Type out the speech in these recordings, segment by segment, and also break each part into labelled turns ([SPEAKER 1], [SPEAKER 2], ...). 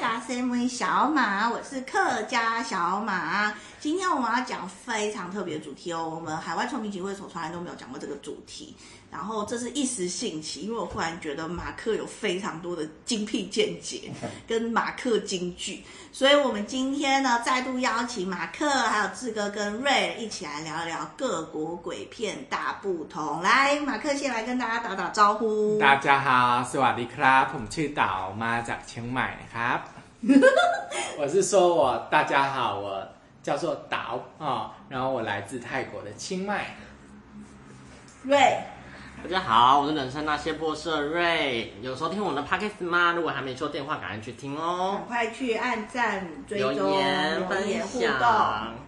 [SPEAKER 1] 嘎塞姆小马，我是客家小马。今天我们要讲非常特别的主题哦，我们海外聪明集会所从来都没有讲过这个主题。然后这是一时兴起，因为我忽然觉得马克有非常多的精辟见解跟马克金句，所以我们今天呢再度邀请马克还有志哥跟瑞一起来聊一聊各国鬼片大不同。来，马克先来跟大家打打招呼。
[SPEAKER 2] 大家好，สวัสดีครับ ผมชื่อเต๋ามาจากเชียงใหม่นะครับ 我是说我大家好，我叫做岛啊、哦然后我来自泰国的清迈。
[SPEAKER 1] 瑞。
[SPEAKER 3] 大家好，我是人生那些波社瑞，有收听我的 podcast 吗？如果还没收电话，赶快去听哦
[SPEAKER 1] 赶。快去按赞、追踪、
[SPEAKER 3] 留言
[SPEAKER 1] 留言
[SPEAKER 3] 分
[SPEAKER 1] 互
[SPEAKER 3] 享
[SPEAKER 1] 动。，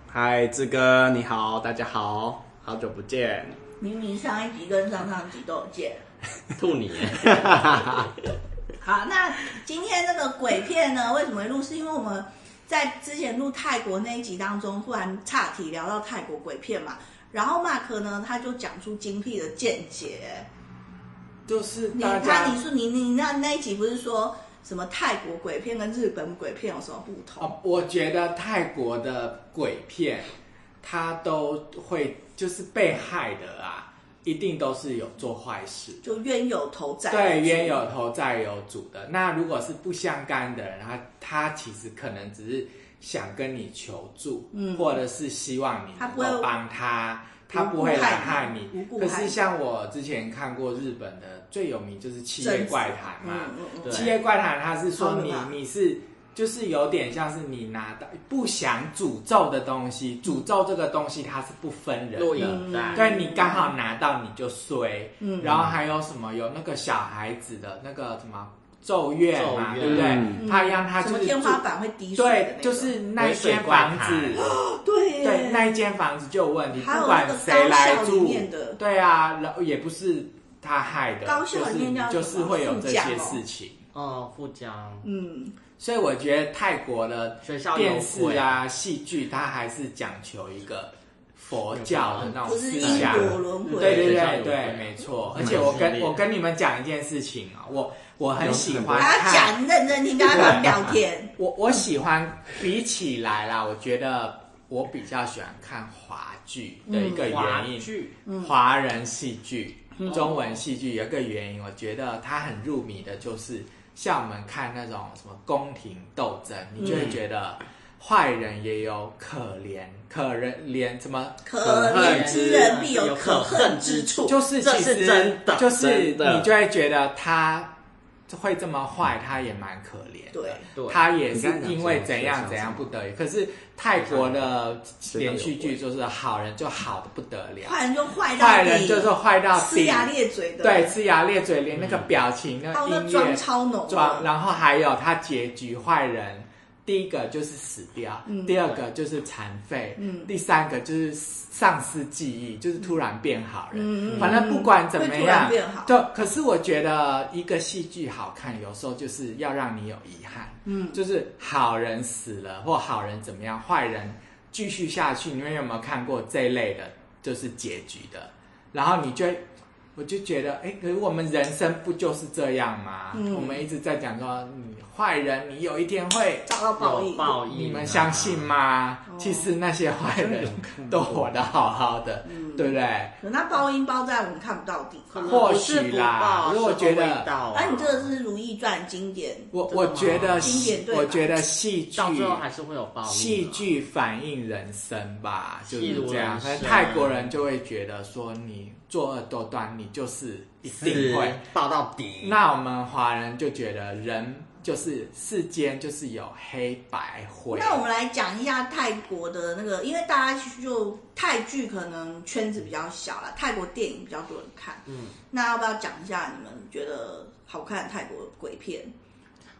[SPEAKER 2] 嗨，志哥你好，大家好，好久不见。
[SPEAKER 1] 明明上一集跟上上集都有见。
[SPEAKER 3] 吐 你耶！
[SPEAKER 1] 好，那今天这个鬼片呢， 为什么会录？是因为我们在之前录泰国那一集当中，忽然岔题聊到泰国鬼片嘛。然后马克呢，他就讲出精辟的见解。
[SPEAKER 2] 就是
[SPEAKER 1] 你
[SPEAKER 2] 大家
[SPEAKER 1] 他你说你你那那一集不是说什么泰国鬼片跟日本鬼片有什么不同？
[SPEAKER 2] 哦，我觉得泰国的鬼片，它都会就是被害的啊，一定都是有做坏事。
[SPEAKER 1] 就冤有头债
[SPEAKER 2] 对，
[SPEAKER 1] 主
[SPEAKER 2] 冤有头债有主的。那如果是不相干的人，他他其实可能只是想跟你求助，
[SPEAKER 1] 嗯
[SPEAKER 2] 或者是希望你
[SPEAKER 1] 他
[SPEAKER 2] 能
[SPEAKER 1] 不会
[SPEAKER 2] 够帮他，他
[SPEAKER 1] 无
[SPEAKER 2] 不
[SPEAKER 1] 故
[SPEAKER 2] 会
[SPEAKER 1] 害
[SPEAKER 2] 来害
[SPEAKER 1] 你无
[SPEAKER 2] 你。
[SPEAKER 1] 故
[SPEAKER 2] 可
[SPEAKER 1] 害
[SPEAKER 2] 是
[SPEAKER 1] 你
[SPEAKER 2] 像我之前看过日本的最有名就是《七
[SPEAKER 1] 贞
[SPEAKER 2] 夜
[SPEAKER 1] 子
[SPEAKER 2] 怪谈》嘛，
[SPEAKER 1] 嗯嗯
[SPEAKER 3] 对
[SPEAKER 2] 七夜怪谈》它是
[SPEAKER 1] 好
[SPEAKER 2] 说
[SPEAKER 1] 可
[SPEAKER 2] 你
[SPEAKER 1] 怕
[SPEAKER 2] 你是。就是有点像是你拿到不想诅咒的东西，诅咒这个东西它是不分人
[SPEAKER 3] 录
[SPEAKER 2] 的，
[SPEAKER 3] 影带，
[SPEAKER 2] 对你刚好拿到你就衰，
[SPEAKER 1] 啊嗯
[SPEAKER 2] 然后还有什么有那个小孩子的那个什么咒怨嘛，
[SPEAKER 3] 咒怨
[SPEAKER 2] 对不对？
[SPEAKER 1] 嗯
[SPEAKER 2] 他让他
[SPEAKER 1] 什
[SPEAKER 2] 就
[SPEAKER 1] 么
[SPEAKER 2] 是
[SPEAKER 1] 天花
[SPEAKER 2] 住
[SPEAKER 1] 板会滴水的那
[SPEAKER 2] 对
[SPEAKER 1] 种，
[SPEAKER 2] 就是那
[SPEAKER 3] 回
[SPEAKER 2] 一
[SPEAKER 3] 水
[SPEAKER 2] 间
[SPEAKER 3] 怪
[SPEAKER 2] 房
[SPEAKER 3] 谈
[SPEAKER 2] 子，
[SPEAKER 1] 对
[SPEAKER 2] 对那一间房子就有问题，
[SPEAKER 1] 还有
[SPEAKER 2] 不管谁
[SPEAKER 1] 那
[SPEAKER 2] 来
[SPEAKER 1] 个高校里
[SPEAKER 2] 住
[SPEAKER 1] 面的，
[SPEAKER 2] 对啊，然后也不是他害的，
[SPEAKER 1] 高校里面叫
[SPEAKER 2] 就是就
[SPEAKER 1] 什
[SPEAKER 2] 是
[SPEAKER 1] 么
[SPEAKER 2] 会有这
[SPEAKER 1] 副
[SPEAKER 2] 些
[SPEAKER 1] 将哦
[SPEAKER 2] 事情，
[SPEAKER 3] 哦，富江
[SPEAKER 1] 嗯，
[SPEAKER 2] 所以我觉得泰国的
[SPEAKER 3] 学校有
[SPEAKER 2] 电视
[SPEAKER 3] 鬼，
[SPEAKER 2] 啊、戏剧，它还是讲求一个佛教的那
[SPEAKER 1] 不
[SPEAKER 2] 种
[SPEAKER 1] 是
[SPEAKER 2] 思
[SPEAKER 1] 因
[SPEAKER 2] 想。
[SPEAKER 1] 果轮回，
[SPEAKER 2] 对对
[SPEAKER 3] 学校
[SPEAKER 2] 对
[SPEAKER 3] 有
[SPEAKER 2] 对，
[SPEAKER 3] 鬼
[SPEAKER 2] 没错。而
[SPEAKER 3] 蛮
[SPEAKER 2] 且我
[SPEAKER 3] 激
[SPEAKER 2] 跟
[SPEAKER 3] 烈
[SPEAKER 2] 我
[SPEAKER 3] 的
[SPEAKER 2] 跟你们讲一件事情啊，我我很喜欢
[SPEAKER 1] 还要
[SPEAKER 2] 看，
[SPEAKER 1] 讲认真听，跟他们聊天。
[SPEAKER 2] 我我喜欢比起来啦，我觉得我比较喜欢看华剧的一个
[SPEAKER 3] 嗯华
[SPEAKER 2] 原因，
[SPEAKER 3] 剧嗯
[SPEAKER 2] 华人戏剧、中文戏剧有一个原因，我觉得它很入迷的，就是像我们看那种什么宫廷斗争，你就
[SPEAKER 3] 嗯
[SPEAKER 2] 会觉得坏人也有可怜可人怜什么
[SPEAKER 1] 可怜之人必有可恨之处，
[SPEAKER 2] 就是
[SPEAKER 3] 这
[SPEAKER 2] 其
[SPEAKER 3] 是
[SPEAKER 2] 实
[SPEAKER 3] 真的
[SPEAKER 2] 就是
[SPEAKER 3] 真的
[SPEAKER 2] 你就会觉得他会这么坏，他也蛮可怜的。
[SPEAKER 1] 对，
[SPEAKER 3] 对
[SPEAKER 2] 他也
[SPEAKER 4] 你
[SPEAKER 2] 是
[SPEAKER 4] 刚才讲
[SPEAKER 2] 因为
[SPEAKER 4] 什么
[SPEAKER 2] 怎样
[SPEAKER 4] 学校
[SPEAKER 2] 怎样
[SPEAKER 4] 什
[SPEAKER 2] 不得已。可是泰国的
[SPEAKER 4] 学校有
[SPEAKER 2] 连续剧就是好人就好的不得了，
[SPEAKER 1] 坏人就坏到
[SPEAKER 2] 坏
[SPEAKER 1] 底，
[SPEAKER 2] 人就是坏到
[SPEAKER 1] 呲
[SPEAKER 2] 底，
[SPEAKER 1] 牙裂嘴的，
[SPEAKER 2] 对，，呲牙咧嘴，连那个表情、那
[SPEAKER 1] 还有
[SPEAKER 2] 个
[SPEAKER 1] 那
[SPEAKER 2] 音
[SPEAKER 1] 妆
[SPEAKER 2] 乐
[SPEAKER 1] 超浓
[SPEAKER 2] 装，
[SPEAKER 1] 的，
[SPEAKER 2] 然后还有他结局坏人，第一个就是死掉，
[SPEAKER 1] 嗯
[SPEAKER 2] 第二个就是残废，
[SPEAKER 1] 嗯
[SPEAKER 2] 第三个就是丧失记忆，就是突然变好人。
[SPEAKER 1] 嗯
[SPEAKER 2] 反正不管怎么
[SPEAKER 1] 会突然
[SPEAKER 2] 样
[SPEAKER 1] 变好，
[SPEAKER 2] 对。可是我觉得一个戏剧好看，有时候就是要让你有遗憾，
[SPEAKER 1] 嗯，
[SPEAKER 2] 就是好人死了或好人怎么样，坏人继续下去。你们有没有看过这一类的，就是结局的？然后你就会，我就觉得，哎，可是我们人生不就是这样吗？
[SPEAKER 1] 嗯
[SPEAKER 2] 我们一直在讲说，你坏人，你有一天会，
[SPEAKER 1] 遭到报
[SPEAKER 3] 有
[SPEAKER 1] 应，
[SPEAKER 3] 报应啊，
[SPEAKER 2] 你们相信吗？
[SPEAKER 1] 哦
[SPEAKER 2] 其实那些坏人都活得好好的，
[SPEAKER 3] 嗯
[SPEAKER 2] 对不对？
[SPEAKER 1] 可那报应包在我们看不到的地
[SPEAKER 3] 可
[SPEAKER 1] 方
[SPEAKER 3] 能。
[SPEAKER 2] 或
[SPEAKER 3] 不是
[SPEAKER 2] 许
[SPEAKER 3] 不
[SPEAKER 2] 啦
[SPEAKER 3] 报
[SPEAKER 2] 如果
[SPEAKER 3] 是
[SPEAKER 2] 觉得
[SPEAKER 3] 会到啊
[SPEAKER 1] 那哎你这个是《如懿传》经典，
[SPEAKER 2] 我
[SPEAKER 3] 真的
[SPEAKER 2] 我
[SPEAKER 3] 吗
[SPEAKER 2] 觉得
[SPEAKER 1] 经典
[SPEAKER 2] 戏，
[SPEAKER 1] 对吧
[SPEAKER 2] 我觉得戏剧
[SPEAKER 3] 到最后还是会有报应的，
[SPEAKER 2] 戏剧反映人生吧，就
[SPEAKER 3] 戏
[SPEAKER 2] 是
[SPEAKER 3] 如
[SPEAKER 2] 这样。
[SPEAKER 3] 人
[SPEAKER 2] 可
[SPEAKER 3] 生
[SPEAKER 2] 能泰国人就会觉得说，你作恶多端，你就是一
[SPEAKER 3] 是
[SPEAKER 2] 定会。
[SPEAKER 3] 报到底，
[SPEAKER 2] 那我们华人就觉得人就是世间就是有黑白灰。
[SPEAKER 1] 那我们来讲一下泰国的那个，因为大家其实就泰剧可能圈子比较小啦，泰国电影比较多人看。
[SPEAKER 3] 嗯，
[SPEAKER 1] 那要不要讲一下你们觉得好看的泰国鬼片？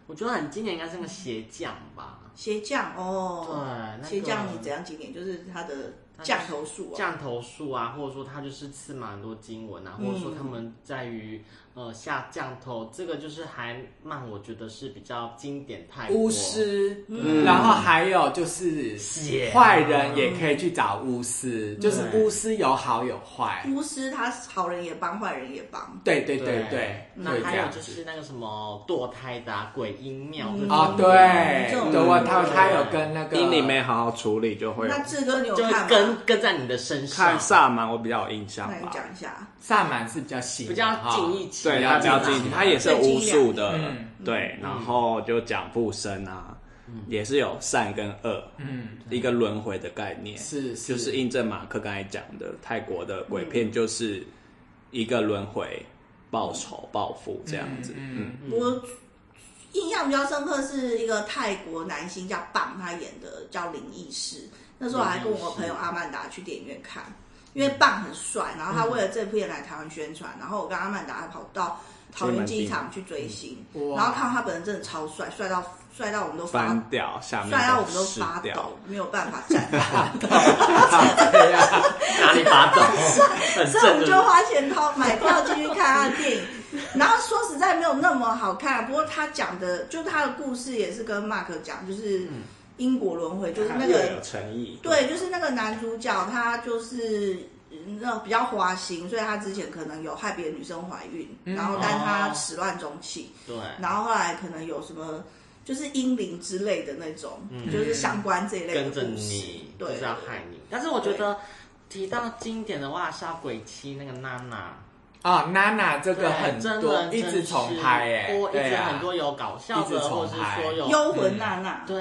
[SPEAKER 3] 我觉得你今年应该是个鞋匠吧，
[SPEAKER 1] 鞋匠
[SPEAKER 3] 对
[SPEAKER 1] 哦，，
[SPEAKER 3] 那个
[SPEAKER 1] 鞋匠你怎样经典？就是他的降头术啊，
[SPEAKER 3] 降头术啊，或者说他就是刺蛮多经文啊，或者说他们在于呃下降头，这个就是韩漫，我觉得是比较经典泰国
[SPEAKER 2] 巫师，
[SPEAKER 4] 嗯
[SPEAKER 2] 然后还有就是
[SPEAKER 3] 血
[SPEAKER 2] 坏人也可以去找巫师，
[SPEAKER 4] 嗯
[SPEAKER 2] 就是巫师有好有坏，
[SPEAKER 3] 嗯
[SPEAKER 1] 巫师他好人也帮，坏人也帮。
[SPEAKER 2] 对对对对，会
[SPEAKER 3] 那
[SPEAKER 2] 这
[SPEAKER 3] 还有
[SPEAKER 2] 样
[SPEAKER 3] 就
[SPEAKER 2] 子
[SPEAKER 3] 是那个什么堕胎的、啊、鬼婴庙
[SPEAKER 1] 嗯
[SPEAKER 2] 啊，对，
[SPEAKER 1] 这种
[SPEAKER 2] 对，
[SPEAKER 3] 嗯
[SPEAKER 2] 我他
[SPEAKER 1] 对
[SPEAKER 2] 他有跟那个
[SPEAKER 4] 因你没好好处理，就会
[SPEAKER 1] 那志哥你有
[SPEAKER 3] 就
[SPEAKER 1] 看吗
[SPEAKER 3] 会跟跟在你的身上
[SPEAKER 4] 看，萨满，我比较有印象
[SPEAKER 1] 那你
[SPEAKER 4] 吧。
[SPEAKER 1] 讲一下，
[SPEAKER 2] 萨满是比较新的，
[SPEAKER 3] 比较
[SPEAKER 2] 哈
[SPEAKER 3] 近一起，
[SPEAKER 4] 对
[SPEAKER 2] 了
[SPEAKER 4] 他
[SPEAKER 2] 解
[SPEAKER 4] 比
[SPEAKER 2] 了
[SPEAKER 4] 较
[SPEAKER 2] 解
[SPEAKER 4] 近，他也是有巫术的
[SPEAKER 2] 嗯，
[SPEAKER 4] 对，然后就讲附身啊，
[SPEAKER 1] 嗯
[SPEAKER 4] 也是有善跟恶，
[SPEAKER 2] 嗯，
[SPEAKER 4] 一个轮回的概念，
[SPEAKER 2] 是是
[SPEAKER 4] 就是印证马克刚才讲的，泰国的鬼片就是一个轮回，报仇报复这样子，
[SPEAKER 2] 嗯
[SPEAKER 4] 嗯，
[SPEAKER 1] 我印象比较深刻是一个泰国男星叫棒，他演的叫灵异事。那时候我还跟我朋友阿曼达去电影院看，因为棒很帅，然后他为了这部片来台湾宣传，然后我跟阿曼达还跑到桃园机场去追星，
[SPEAKER 2] 嗯哇
[SPEAKER 1] 然后看到他本人真的超帅，帅到帅到我们都发，
[SPEAKER 4] 翻掉下面
[SPEAKER 1] 帅到我们都
[SPEAKER 4] 湿
[SPEAKER 1] 发
[SPEAKER 4] 掉
[SPEAKER 1] 抖，，没有办法 站起来。
[SPEAKER 2] 对呀，
[SPEAKER 4] 嗯
[SPEAKER 3] 哪里发抖，很
[SPEAKER 1] 所以我
[SPEAKER 3] 正
[SPEAKER 1] 们就花钱掏买票进去看他的电影。然后说实在没有那么好看，不过他讲的就他的故事也是跟 Mark 讲，就是
[SPEAKER 3] 嗯
[SPEAKER 1] 因果轮回，就是
[SPEAKER 3] 啊
[SPEAKER 1] 那
[SPEAKER 4] 越来越
[SPEAKER 1] 个
[SPEAKER 4] 有诚意，
[SPEAKER 1] 对，就是那个男主角他就是嗯那种比较花心，所以他之前可能有害别的女生怀孕，然后但他
[SPEAKER 3] 哦
[SPEAKER 1] 始乱终弃，
[SPEAKER 3] 对，
[SPEAKER 1] 然后后来可能有什么。就是阴灵之类的那种，就是相关这一类的
[SPEAKER 3] 嗯跟着
[SPEAKER 1] 故事
[SPEAKER 3] 你，，就
[SPEAKER 1] 对，
[SPEAKER 3] 是要害你。但是我觉得提到经典的话，是要鬼妻那个娜娜，
[SPEAKER 2] 啊，娜娜这个很
[SPEAKER 3] 真
[SPEAKER 2] 多
[SPEAKER 3] 人
[SPEAKER 2] 一直
[SPEAKER 3] 真
[SPEAKER 2] 重
[SPEAKER 3] 事
[SPEAKER 2] 拍哎
[SPEAKER 3] 我，一
[SPEAKER 2] 对
[SPEAKER 3] 直
[SPEAKER 2] 啊
[SPEAKER 3] 很，多有搞笑
[SPEAKER 2] 一
[SPEAKER 3] 的，
[SPEAKER 2] 直重
[SPEAKER 3] 或者是说有
[SPEAKER 1] 幽魂娜娜，
[SPEAKER 3] 对，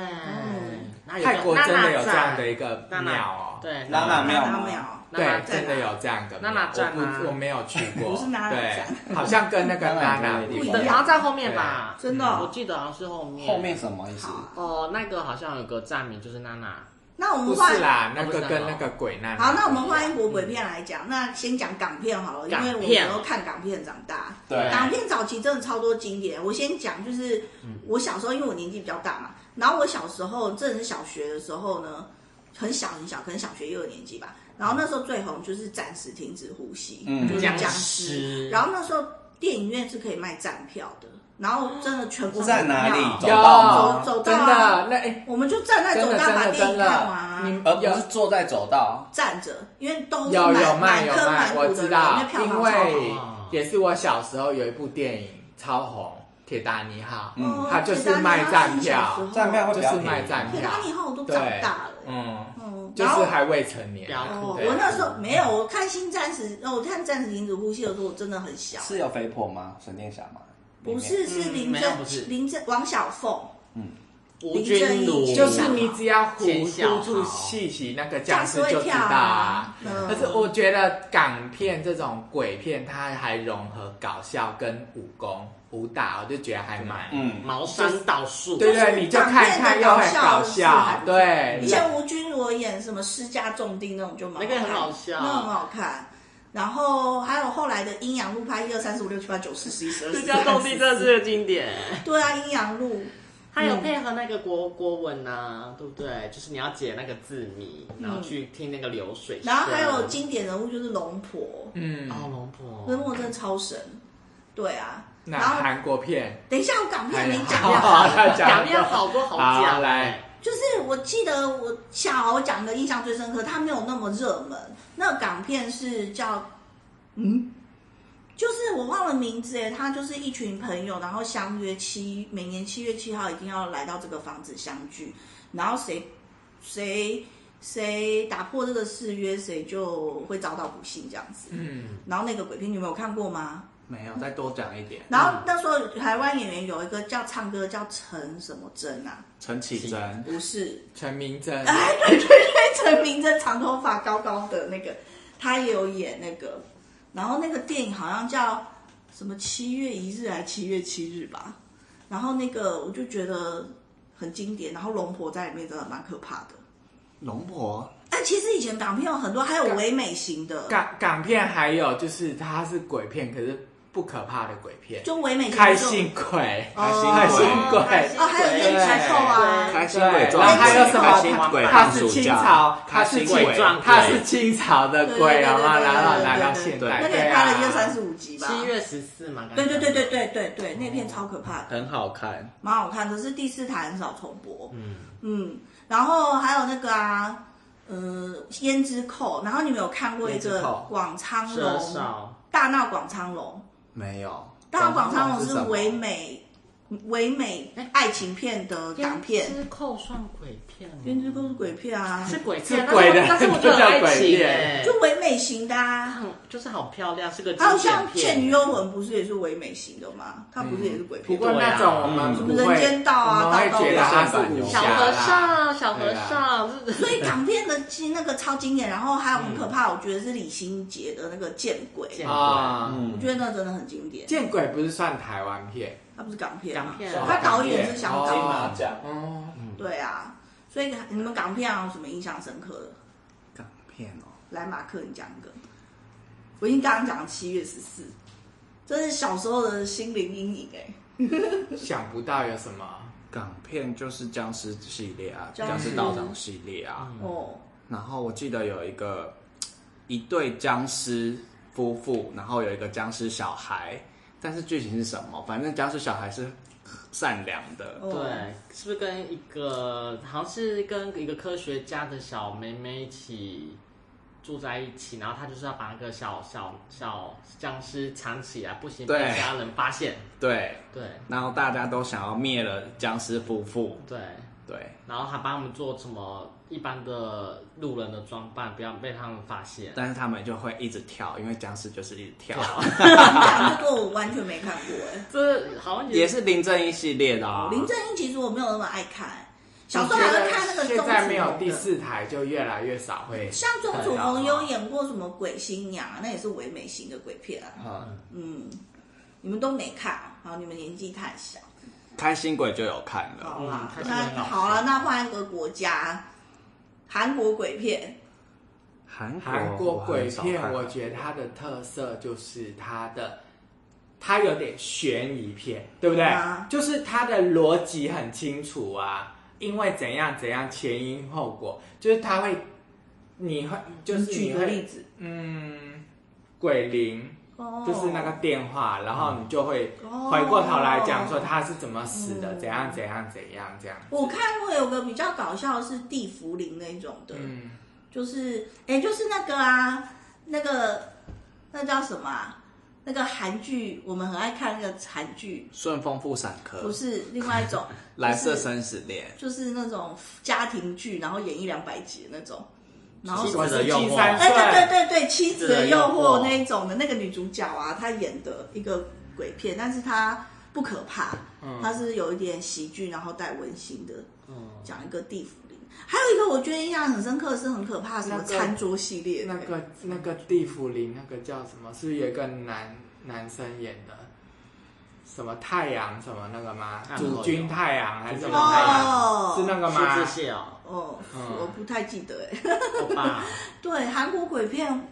[SPEAKER 3] 那有个
[SPEAKER 2] 泰国真的有这样的一
[SPEAKER 3] 娜
[SPEAKER 2] 个
[SPEAKER 3] 娜
[SPEAKER 2] 庙哦，
[SPEAKER 3] 对，
[SPEAKER 4] 娜娜
[SPEAKER 1] 娜
[SPEAKER 4] 庙
[SPEAKER 1] 娜
[SPEAKER 4] 吗
[SPEAKER 1] 庙，
[SPEAKER 3] 娜娜
[SPEAKER 2] 对，
[SPEAKER 3] 站
[SPEAKER 2] 真的
[SPEAKER 1] 啊
[SPEAKER 2] 有这样的
[SPEAKER 3] 娜
[SPEAKER 2] 庙，
[SPEAKER 3] 娜站啊
[SPEAKER 2] 我不我没有去 过，
[SPEAKER 1] 不是娜娜站
[SPEAKER 2] 对，好像跟那个娜娜
[SPEAKER 4] 不
[SPEAKER 1] 一
[SPEAKER 3] 等
[SPEAKER 1] 样
[SPEAKER 3] 好像在后面吧，
[SPEAKER 1] 真的哦
[SPEAKER 3] 我记得好像是后面，
[SPEAKER 4] 什么意思
[SPEAKER 1] 好
[SPEAKER 3] 哦，那个好像有个站名就是娜娜，
[SPEAKER 1] 那我
[SPEAKER 2] 不
[SPEAKER 1] 们换
[SPEAKER 2] 是啦，那
[SPEAKER 3] 哦不是
[SPEAKER 2] 个
[SPEAKER 3] 娜娜
[SPEAKER 2] 跟那个鬼娜娜。
[SPEAKER 1] 好，那我们换英国鬼片来讲，那先讲港片好了，因为我
[SPEAKER 3] 港
[SPEAKER 1] 们
[SPEAKER 3] 片
[SPEAKER 1] 都看港片长大。
[SPEAKER 4] 对
[SPEAKER 1] 港片早期真的超多经典。我先讲，就是我小时候，因为我年纪比较大嘛，然后我小时候，真的是小学的时候呢，很小很小，可能小学一二年级吧。然后那时候最红就是《暂时停止呼吸》，
[SPEAKER 4] 嗯
[SPEAKER 1] 就是
[SPEAKER 3] 僵
[SPEAKER 1] 僵
[SPEAKER 3] 尸
[SPEAKER 1] 然后那时候电影院是可以卖站票的，然后真的全部
[SPEAKER 4] 在哪里
[SPEAKER 1] 票
[SPEAKER 4] 走到吗
[SPEAKER 1] 走走到
[SPEAKER 2] 真
[SPEAKER 1] 啊
[SPEAKER 2] 的那哎，
[SPEAKER 1] 我们就站在
[SPEAKER 2] 真
[SPEAKER 1] 走
[SPEAKER 2] 的
[SPEAKER 1] 道
[SPEAKER 2] 真
[SPEAKER 1] 把
[SPEAKER 2] 的
[SPEAKER 1] 电影
[SPEAKER 2] 真
[SPEAKER 1] 看完啊
[SPEAKER 2] 的，。你
[SPEAKER 4] 而
[SPEAKER 2] 有
[SPEAKER 4] 不是坐在走道，
[SPEAKER 1] 站着，因为都是
[SPEAKER 2] 有
[SPEAKER 1] 满
[SPEAKER 2] 有卖
[SPEAKER 1] 满
[SPEAKER 2] 有
[SPEAKER 1] 坑
[SPEAKER 2] 卖，
[SPEAKER 1] 满
[SPEAKER 2] 我
[SPEAKER 1] 谷的
[SPEAKER 2] 知
[SPEAKER 1] 人，
[SPEAKER 2] 道
[SPEAKER 1] 那，票
[SPEAKER 2] 因
[SPEAKER 1] 房超好。
[SPEAKER 2] 为
[SPEAKER 3] 啊
[SPEAKER 2] 也是我小时候有一部电影超红，《铁达尼号》，
[SPEAKER 1] 嗯
[SPEAKER 2] 它就是卖站票，
[SPEAKER 4] 站票会
[SPEAKER 2] 就
[SPEAKER 4] 比较
[SPEAKER 2] 是
[SPEAKER 4] 便宜
[SPEAKER 2] 卖站
[SPEAKER 1] 铁
[SPEAKER 2] 票
[SPEAKER 1] 达，尼号我都长
[SPEAKER 2] 对
[SPEAKER 1] 大了，，
[SPEAKER 2] 嗯，
[SPEAKER 1] 嗯，
[SPEAKER 2] 就
[SPEAKER 1] 然后
[SPEAKER 2] 是还未成年啊
[SPEAKER 3] 不，要哭
[SPEAKER 1] 哦，
[SPEAKER 2] 对
[SPEAKER 1] 我那时候没有，我看《新战士》，哦，我看《战士停止呼吸》的时候，我真的很小，
[SPEAKER 4] 是有肥婆吗？沈殿霞吗？
[SPEAKER 1] 不是是
[SPEAKER 3] 嗯
[SPEAKER 1] 林
[SPEAKER 3] 没有不是
[SPEAKER 1] 正林正王小凤，
[SPEAKER 3] 吴君如
[SPEAKER 2] 就是你只要呼
[SPEAKER 3] 见效
[SPEAKER 2] 呼出
[SPEAKER 3] 好
[SPEAKER 2] 细息，那个
[SPEAKER 1] 僵
[SPEAKER 2] 僵尸
[SPEAKER 1] 尸会
[SPEAKER 2] 就知
[SPEAKER 1] 跳
[SPEAKER 2] 道啊。
[SPEAKER 1] 嗯
[SPEAKER 2] 但是我觉得港片这种鬼片，它还融合搞笑跟武功武打，我就觉得还蛮……
[SPEAKER 4] 嗯，
[SPEAKER 3] 茅山道术，
[SPEAKER 2] 对
[SPEAKER 1] 就是
[SPEAKER 2] 对，你就
[SPEAKER 1] 港片
[SPEAKER 2] 看看
[SPEAKER 1] 的
[SPEAKER 2] 又
[SPEAKER 1] 搞
[SPEAKER 2] 很
[SPEAKER 1] 笑是
[SPEAKER 2] 搞
[SPEAKER 1] 还
[SPEAKER 2] 笑，
[SPEAKER 1] 不错
[SPEAKER 2] 对
[SPEAKER 1] 以，前吴君如演什么私家重定那种就蛮
[SPEAKER 3] 那个很
[SPEAKER 1] 看
[SPEAKER 3] 好笑
[SPEAKER 1] 那很好看。然后还有后来的《阴阳路》拍一二三四五六七八九十十一十二
[SPEAKER 3] 这
[SPEAKER 1] 十
[SPEAKER 3] 家
[SPEAKER 1] 三
[SPEAKER 3] 动
[SPEAKER 1] 十
[SPEAKER 3] 地
[SPEAKER 1] 四
[SPEAKER 3] 真的是个经典。
[SPEAKER 1] 对啊，《阴阳路》
[SPEAKER 3] 他有配合那个国国文呐、对不对？就是你要解那个字谜，然后去听那个流水声。
[SPEAKER 1] 然后还有经典人物就是龙婆，
[SPEAKER 2] 嗯，
[SPEAKER 3] 哦，龙
[SPEAKER 1] 龙
[SPEAKER 3] 婆，
[SPEAKER 1] 婆真的超神，对啊。
[SPEAKER 2] 那哎
[SPEAKER 1] 然后
[SPEAKER 2] 韩国片，
[SPEAKER 1] 等一下，我港片没讲
[SPEAKER 2] 好
[SPEAKER 1] 到，
[SPEAKER 2] 好好
[SPEAKER 3] 假
[SPEAKER 2] 讲
[SPEAKER 3] 面好多好
[SPEAKER 2] 好
[SPEAKER 3] 讲。
[SPEAKER 2] 来，
[SPEAKER 1] 就是我记得我小我讲的印象最深刻，它没有那么热门。那个港片是叫嗯，就是我忘了名字诶，他就是一群朋友，然后相约七每年七月七号一定要来到这个房子相聚，然后谁谁谁打破这个誓约，谁就会遭到不幸这样子。
[SPEAKER 2] 嗯，
[SPEAKER 1] 然后那个鬼片你们有看过吗？
[SPEAKER 4] 没有，再多讲一点，
[SPEAKER 1] 然后那时候台湾演员有一个叫唱歌叫陈什么珍啊，
[SPEAKER 4] 陈绮贞。
[SPEAKER 1] 不是，
[SPEAKER 2] 陈明真，
[SPEAKER 1] 哎，对对 对，陈明真长头发高高的那个，他也有演那个，然后那个电影好像叫什么七月一日还七月七日吧，然后那个我就觉得很经典，然后龙婆在里面真的蛮可怕的。
[SPEAKER 4] 龙婆
[SPEAKER 1] 哎，其实以前港片有很多，还有唯美型的，
[SPEAKER 2] 港港片还有就是它是鬼片，可是不可怕的鬼片，
[SPEAKER 1] 就唯美节目
[SPEAKER 2] 开心鬼，
[SPEAKER 1] 哦
[SPEAKER 2] 开心
[SPEAKER 3] 哎
[SPEAKER 2] 鬼，
[SPEAKER 1] 哦，还有
[SPEAKER 2] 对
[SPEAKER 1] 冤家臭啊，
[SPEAKER 4] 开心鬼
[SPEAKER 2] 对，
[SPEAKER 4] 撞
[SPEAKER 2] 然后还有
[SPEAKER 4] 鬼，
[SPEAKER 2] 什
[SPEAKER 4] 开心
[SPEAKER 2] 么？
[SPEAKER 4] 鬼
[SPEAKER 2] 他
[SPEAKER 4] 放
[SPEAKER 2] 是
[SPEAKER 4] 暑
[SPEAKER 2] 清
[SPEAKER 4] 假，
[SPEAKER 2] 朝，他是
[SPEAKER 3] 鬼撞
[SPEAKER 2] 清，
[SPEAKER 3] 鬼
[SPEAKER 2] 他是清朝的
[SPEAKER 1] 对对
[SPEAKER 2] 鬼，啊
[SPEAKER 1] 对
[SPEAKER 2] 然后
[SPEAKER 1] 对对
[SPEAKER 2] 然后
[SPEAKER 1] 对
[SPEAKER 2] 来
[SPEAKER 1] 对
[SPEAKER 2] 到
[SPEAKER 1] 对
[SPEAKER 2] 现
[SPEAKER 4] 对
[SPEAKER 2] 代，
[SPEAKER 1] 那个
[SPEAKER 2] 对
[SPEAKER 1] 也拍了一
[SPEAKER 2] 啊
[SPEAKER 1] 二，三四五集吧。
[SPEAKER 3] 七月十四嘛，刚
[SPEAKER 1] 对
[SPEAKER 3] 刚
[SPEAKER 1] 对对对对对对，那片超可怕的，
[SPEAKER 4] 很好看。
[SPEAKER 1] 蛮好看，可是第四台很少重播。嗯然后还有那个啊，呃，胭脂扣，然后你们有看过一
[SPEAKER 2] 胭脂
[SPEAKER 1] 个
[SPEAKER 2] 扣
[SPEAKER 1] 广昌
[SPEAKER 3] 蛇
[SPEAKER 1] 隆
[SPEAKER 3] 少
[SPEAKER 1] 大闹广昌隆，
[SPEAKER 2] 没有，
[SPEAKER 1] 大闹广昌隆是
[SPEAKER 2] 什么
[SPEAKER 1] 唯美唯美爱情片的
[SPEAKER 3] 哎
[SPEAKER 1] 港片，
[SPEAKER 3] 胭脂扣算鬼片啊吗，
[SPEAKER 1] 胭脂扣是鬼片啊，
[SPEAKER 3] 是鬼片，
[SPEAKER 2] 是鬼的
[SPEAKER 3] 但是我但是我觉得很爱
[SPEAKER 2] 这叫鬼
[SPEAKER 3] 情
[SPEAKER 2] 片
[SPEAKER 3] 哎，
[SPEAKER 1] 就唯美型的啊。
[SPEAKER 3] 很就是好漂亮，嗯是个
[SPEAKER 1] 还有
[SPEAKER 3] 经典
[SPEAKER 1] 像《
[SPEAKER 3] 片
[SPEAKER 1] 倩女幽魂》不是也是唯美型的吗？它不是也是鬼
[SPEAKER 2] 嗯不
[SPEAKER 1] 片吗？
[SPEAKER 2] 过那种我们不会，
[SPEAKER 1] 啊人间道啊
[SPEAKER 2] 我们会觉得它是武
[SPEAKER 3] 小
[SPEAKER 2] 侠
[SPEAKER 3] 和
[SPEAKER 2] 啦，
[SPEAKER 3] 尚，小和尚，这
[SPEAKER 1] 所 以港片的其实那个超经典，然后还有很可怕，我觉得是李心洁的那个《见鬼》，
[SPEAKER 3] 见
[SPEAKER 2] 啊，
[SPEAKER 4] 嗯
[SPEAKER 1] 我觉得那真的很经典。
[SPEAKER 2] 见鬼不是算台湾片，
[SPEAKER 1] 它不是港片吗，
[SPEAKER 3] 港片啊
[SPEAKER 1] 它导演是香港
[SPEAKER 4] 金
[SPEAKER 1] 的，
[SPEAKER 4] 马奖
[SPEAKER 2] 哦，
[SPEAKER 1] 对啊。所以你们港片啊有什么印象深刻的？
[SPEAKER 4] 港片哦，
[SPEAKER 1] 来，马克，你讲一个。我已经刚刚讲七月十四，这是小时候的心灵阴影哎、
[SPEAKER 2] 想不到有什么，
[SPEAKER 4] 港片就是僵尸系列啊，
[SPEAKER 1] 僵
[SPEAKER 4] 僵
[SPEAKER 1] 尸
[SPEAKER 4] 尸道长系列啊。
[SPEAKER 2] 嗯
[SPEAKER 1] 哦，
[SPEAKER 4] 然后我记得有一个一对僵尸夫妇，然后有一个僵尸小孩，但是剧情是什么？反正僵尸小孩是善良的，
[SPEAKER 1] 哦
[SPEAKER 3] 对，是不是跟一个好像是跟一个科学家的小妹妹一起住在一起，然后他就是要把那个小小小僵尸藏起来，不行被
[SPEAKER 4] 对
[SPEAKER 3] 家人发现。
[SPEAKER 4] 对。
[SPEAKER 3] 对
[SPEAKER 4] 然后大家都想要灭了僵尸夫妇，
[SPEAKER 3] 对，
[SPEAKER 4] 对，
[SPEAKER 3] 然后还帮他们做什么一般的路人的装扮，不要被他们发现。
[SPEAKER 4] 但是他们就会一直跳，因为僵尸就是一直跳，
[SPEAKER 1] 你讲这个我完全没看过哎、
[SPEAKER 3] 这好像
[SPEAKER 4] 也
[SPEAKER 3] 是
[SPEAKER 4] 是林正英系列的啊。
[SPEAKER 1] 哦林正英其实我没有那么爱看，小
[SPEAKER 2] 我
[SPEAKER 1] 时
[SPEAKER 2] 觉
[SPEAKER 1] 候还
[SPEAKER 2] 得
[SPEAKER 1] 会看那个钟
[SPEAKER 2] 现
[SPEAKER 1] 楚红的。
[SPEAKER 2] 在没有第四台，就越来越少会。
[SPEAKER 1] 像钟楚红有演过什么《鬼新娘》，啊那也是唯美型的鬼片啊。
[SPEAKER 4] 嗯，
[SPEAKER 1] 嗯，你们都没看，啊好，你们年纪太小。
[SPEAKER 4] 开心鬼就有看了，
[SPEAKER 1] 好啦，
[SPEAKER 3] 嗯
[SPEAKER 1] 那好了，那换一个国家，韩国鬼片。
[SPEAKER 4] 韩国
[SPEAKER 2] 韩国鬼片，我
[SPEAKER 4] 觉
[SPEAKER 2] 觉得它的特色就是它的，它有点悬疑片，对不对？
[SPEAKER 1] 啊
[SPEAKER 2] 就是它的逻辑很清楚啊，因为怎样怎样前因后果，就是它会，你会就是
[SPEAKER 1] 举
[SPEAKER 2] 你
[SPEAKER 1] 个例
[SPEAKER 2] 会，
[SPEAKER 1] 子，
[SPEAKER 2] 嗯，鬼灵。
[SPEAKER 1] 哦
[SPEAKER 2] 就是那个电话，然后你就会
[SPEAKER 1] 哦
[SPEAKER 2] 回过头来讲说他是怎么死的，
[SPEAKER 1] 嗯
[SPEAKER 2] 怎样怎样怎样这样。
[SPEAKER 1] 我看过有个比较搞笑的是地茯苓那种的，
[SPEAKER 2] 嗯，
[SPEAKER 1] 就是哎，就是那个啊，那个那叫什么啊？那个韩剧，我们很爱看那个韩剧，
[SPEAKER 4] 顺丰妇产
[SPEAKER 1] 不
[SPEAKER 4] 科、
[SPEAKER 1] 是另外一种，
[SPEAKER 4] 蓝
[SPEAKER 1] 就是
[SPEAKER 4] 色生死恋，
[SPEAKER 1] 就是那种家庭剧，然后演一两百集的那种。然后什
[SPEAKER 3] 妻子
[SPEAKER 1] 么？
[SPEAKER 2] 我
[SPEAKER 3] 的
[SPEAKER 2] 是
[SPEAKER 3] 诱
[SPEAKER 2] 七
[SPEAKER 3] 惑
[SPEAKER 2] 三
[SPEAKER 1] 哎，对
[SPEAKER 2] 岁，
[SPEAKER 1] 对对对，《妻子的诱惑
[SPEAKER 3] 妻子的诱惑》
[SPEAKER 1] 那一种的那个女主角啊，她演的一个鬼片，但是她不可怕，
[SPEAKER 3] 嗯
[SPEAKER 1] 她是有一点喜剧，然后带温馨的，讲一个地府灵。还有一个我觉得印象很深刻的是很可怕，什么
[SPEAKER 2] 那个
[SPEAKER 1] 餐桌系列的
[SPEAKER 2] 那个那个地府灵那个叫什么？是不是有一个男男生演的？什么太阳什么那个吗
[SPEAKER 3] 啊？
[SPEAKER 2] 主君太阳还是什么太阳？是
[SPEAKER 1] 哦
[SPEAKER 2] 那个
[SPEAKER 3] 数字
[SPEAKER 2] 吗？
[SPEAKER 3] 蟹哦，
[SPEAKER 1] 哦，
[SPEAKER 2] 嗯
[SPEAKER 1] 我不太记得哎。
[SPEAKER 3] 欧巴，
[SPEAKER 1] 对，韩国鬼片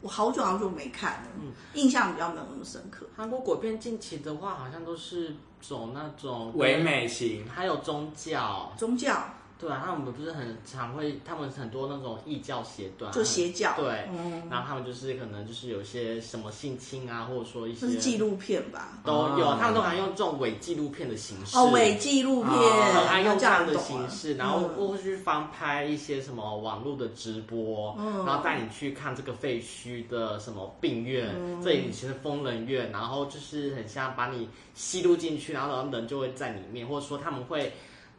[SPEAKER 1] 我好久好久没看了，
[SPEAKER 3] 嗯
[SPEAKER 1] 印象比较没有那么深刻。
[SPEAKER 3] 韩国国片近期的话，好像都是走那种
[SPEAKER 2] 唯，美型，
[SPEAKER 3] 还有宗教，
[SPEAKER 1] 宗教
[SPEAKER 3] 对啊，他们不是很常会，他们很多那种异教邪端，
[SPEAKER 1] 就邪教，
[SPEAKER 3] 对，
[SPEAKER 1] 嗯，
[SPEAKER 3] 然后他们就是可能就是有些什么性侵啊，或者说一
[SPEAKER 1] 这是
[SPEAKER 3] 些
[SPEAKER 1] 纪录片吧？
[SPEAKER 3] 都有，
[SPEAKER 4] 啊
[SPEAKER 3] 他们都还用这种伪纪录片的形式，
[SPEAKER 1] 哦，伪纪录片，
[SPEAKER 3] 很爱啊
[SPEAKER 1] 那
[SPEAKER 3] 用这
[SPEAKER 1] 啊这样
[SPEAKER 3] 样的
[SPEAKER 1] 懂
[SPEAKER 3] 形
[SPEAKER 1] 了
[SPEAKER 3] 式，然后
[SPEAKER 1] 嗯
[SPEAKER 3] 或去翻拍一些什么网络的直播，
[SPEAKER 1] 嗯
[SPEAKER 3] 然后带你去看这个废墟的什么病院，
[SPEAKER 1] 嗯
[SPEAKER 3] 这里以前是疯人院，然后就是很像把你吸入进去，然后人就会在里面，或者说他们会。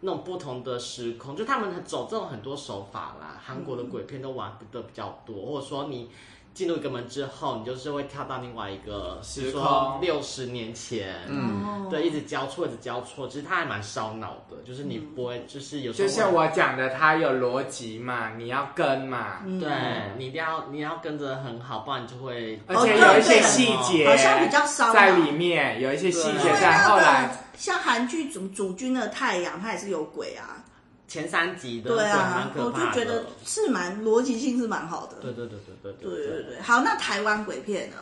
[SPEAKER 3] 那种不同的时空，就他们很走这种很多手法
[SPEAKER 1] 嗯
[SPEAKER 3] 啦，韩国的鬼片都玩的比较多，或者说你进入一个门之后，你就是会跳到另外一个
[SPEAKER 2] 时
[SPEAKER 3] 比如说
[SPEAKER 2] 空
[SPEAKER 3] 六十年前，
[SPEAKER 1] 嗯
[SPEAKER 3] 对，一直交错，一直交错，其实它还蛮烧脑的，就是你不会，就是有时
[SPEAKER 2] 就
[SPEAKER 3] 候
[SPEAKER 2] 像
[SPEAKER 3] 会，
[SPEAKER 2] 我讲的，它有逻辑嘛，你要跟嘛，
[SPEAKER 1] 嗯
[SPEAKER 3] 对你一定要你要跟着很好，不然你就会，哦
[SPEAKER 2] 而
[SPEAKER 1] 哦
[SPEAKER 2] 且有一些细节
[SPEAKER 1] 好像比较啊烧脑
[SPEAKER 2] 在里面，有一些细
[SPEAKER 1] 因
[SPEAKER 2] 节
[SPEAKER 1] 为
[SPEAKER 2] 在
[SPEAKER 1] 那
[SPEAKER 2] 后来
[SPEAKER 1] 个。像韩剧主主君的太阳，它也是有鬼啊，
[SPEAKER 3] 前三集的
[SPEAKER 1] 对啊
[SPEAKER 3] 蛮，可
[SPEAKER 1] 我
[SPEAKER 3] 怕
[SPEAKER 1] 就觉
[SPEAKER 3] 的，
[SPEAKER 1] 得是蛮逻辑性是蛮好的，
[SPEAKER 3] 对对对对对
[SPEAKER 1] 对
[SPEAKER 3] 对
[SPEAKER 1] 对对。好，那台湾鬼片呢？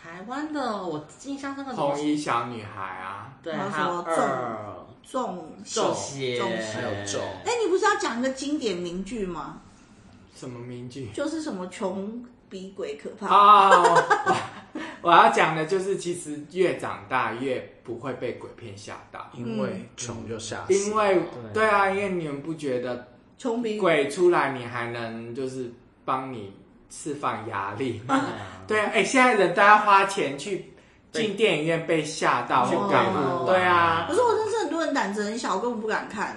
[SPEAKER 3] 台湾的我印象深刻什么
[SPEAKER 2] 红衣小女孩啊，
[SPEAKER 3] 对，
[SPEAKER 1] 还有
[SPEAKER 3] 还有
[SPEAKER 1] 什么
[SPEAKER 3] 二
[SPEAKER 1] 中
[SPEAKER 3] 中邪，
[SPEAKER 1] 中邪
[SPEAKER 4] 还有咒
[SPEAKER 1] 哎，你不是要讲一个经典名句吗？
[SPEAKER 2] 什么名句？
[SPEAKER 1] 就是什么穷比鬼可怕。
[SPEAKER 2] 啊、我我要讲的就是，其实越长大越不会被鬼片吓到，
[SPEAKER 4] 因为穷就吓死了，
[SPEAKER 2] 因为
[SPEAKER 3] 对
[SPEAKER 2] 对啊，因为你们不觉得
[SPEAKER 1] 穷比
[SPEAKER 2] 鬼出来，你还能就是帮你释放压力吗？对啊，哎、现在人大家花钱去进电影院被吓到
[SPEAKER 1] 去
[SPEAKER 2] 或干嘛
[SPEAKER 1] 鬼屋？
[SPEAKER 2] 对啊，
[SPEAKER 1] 可是我认识很多人胆子很小，我根本不敢看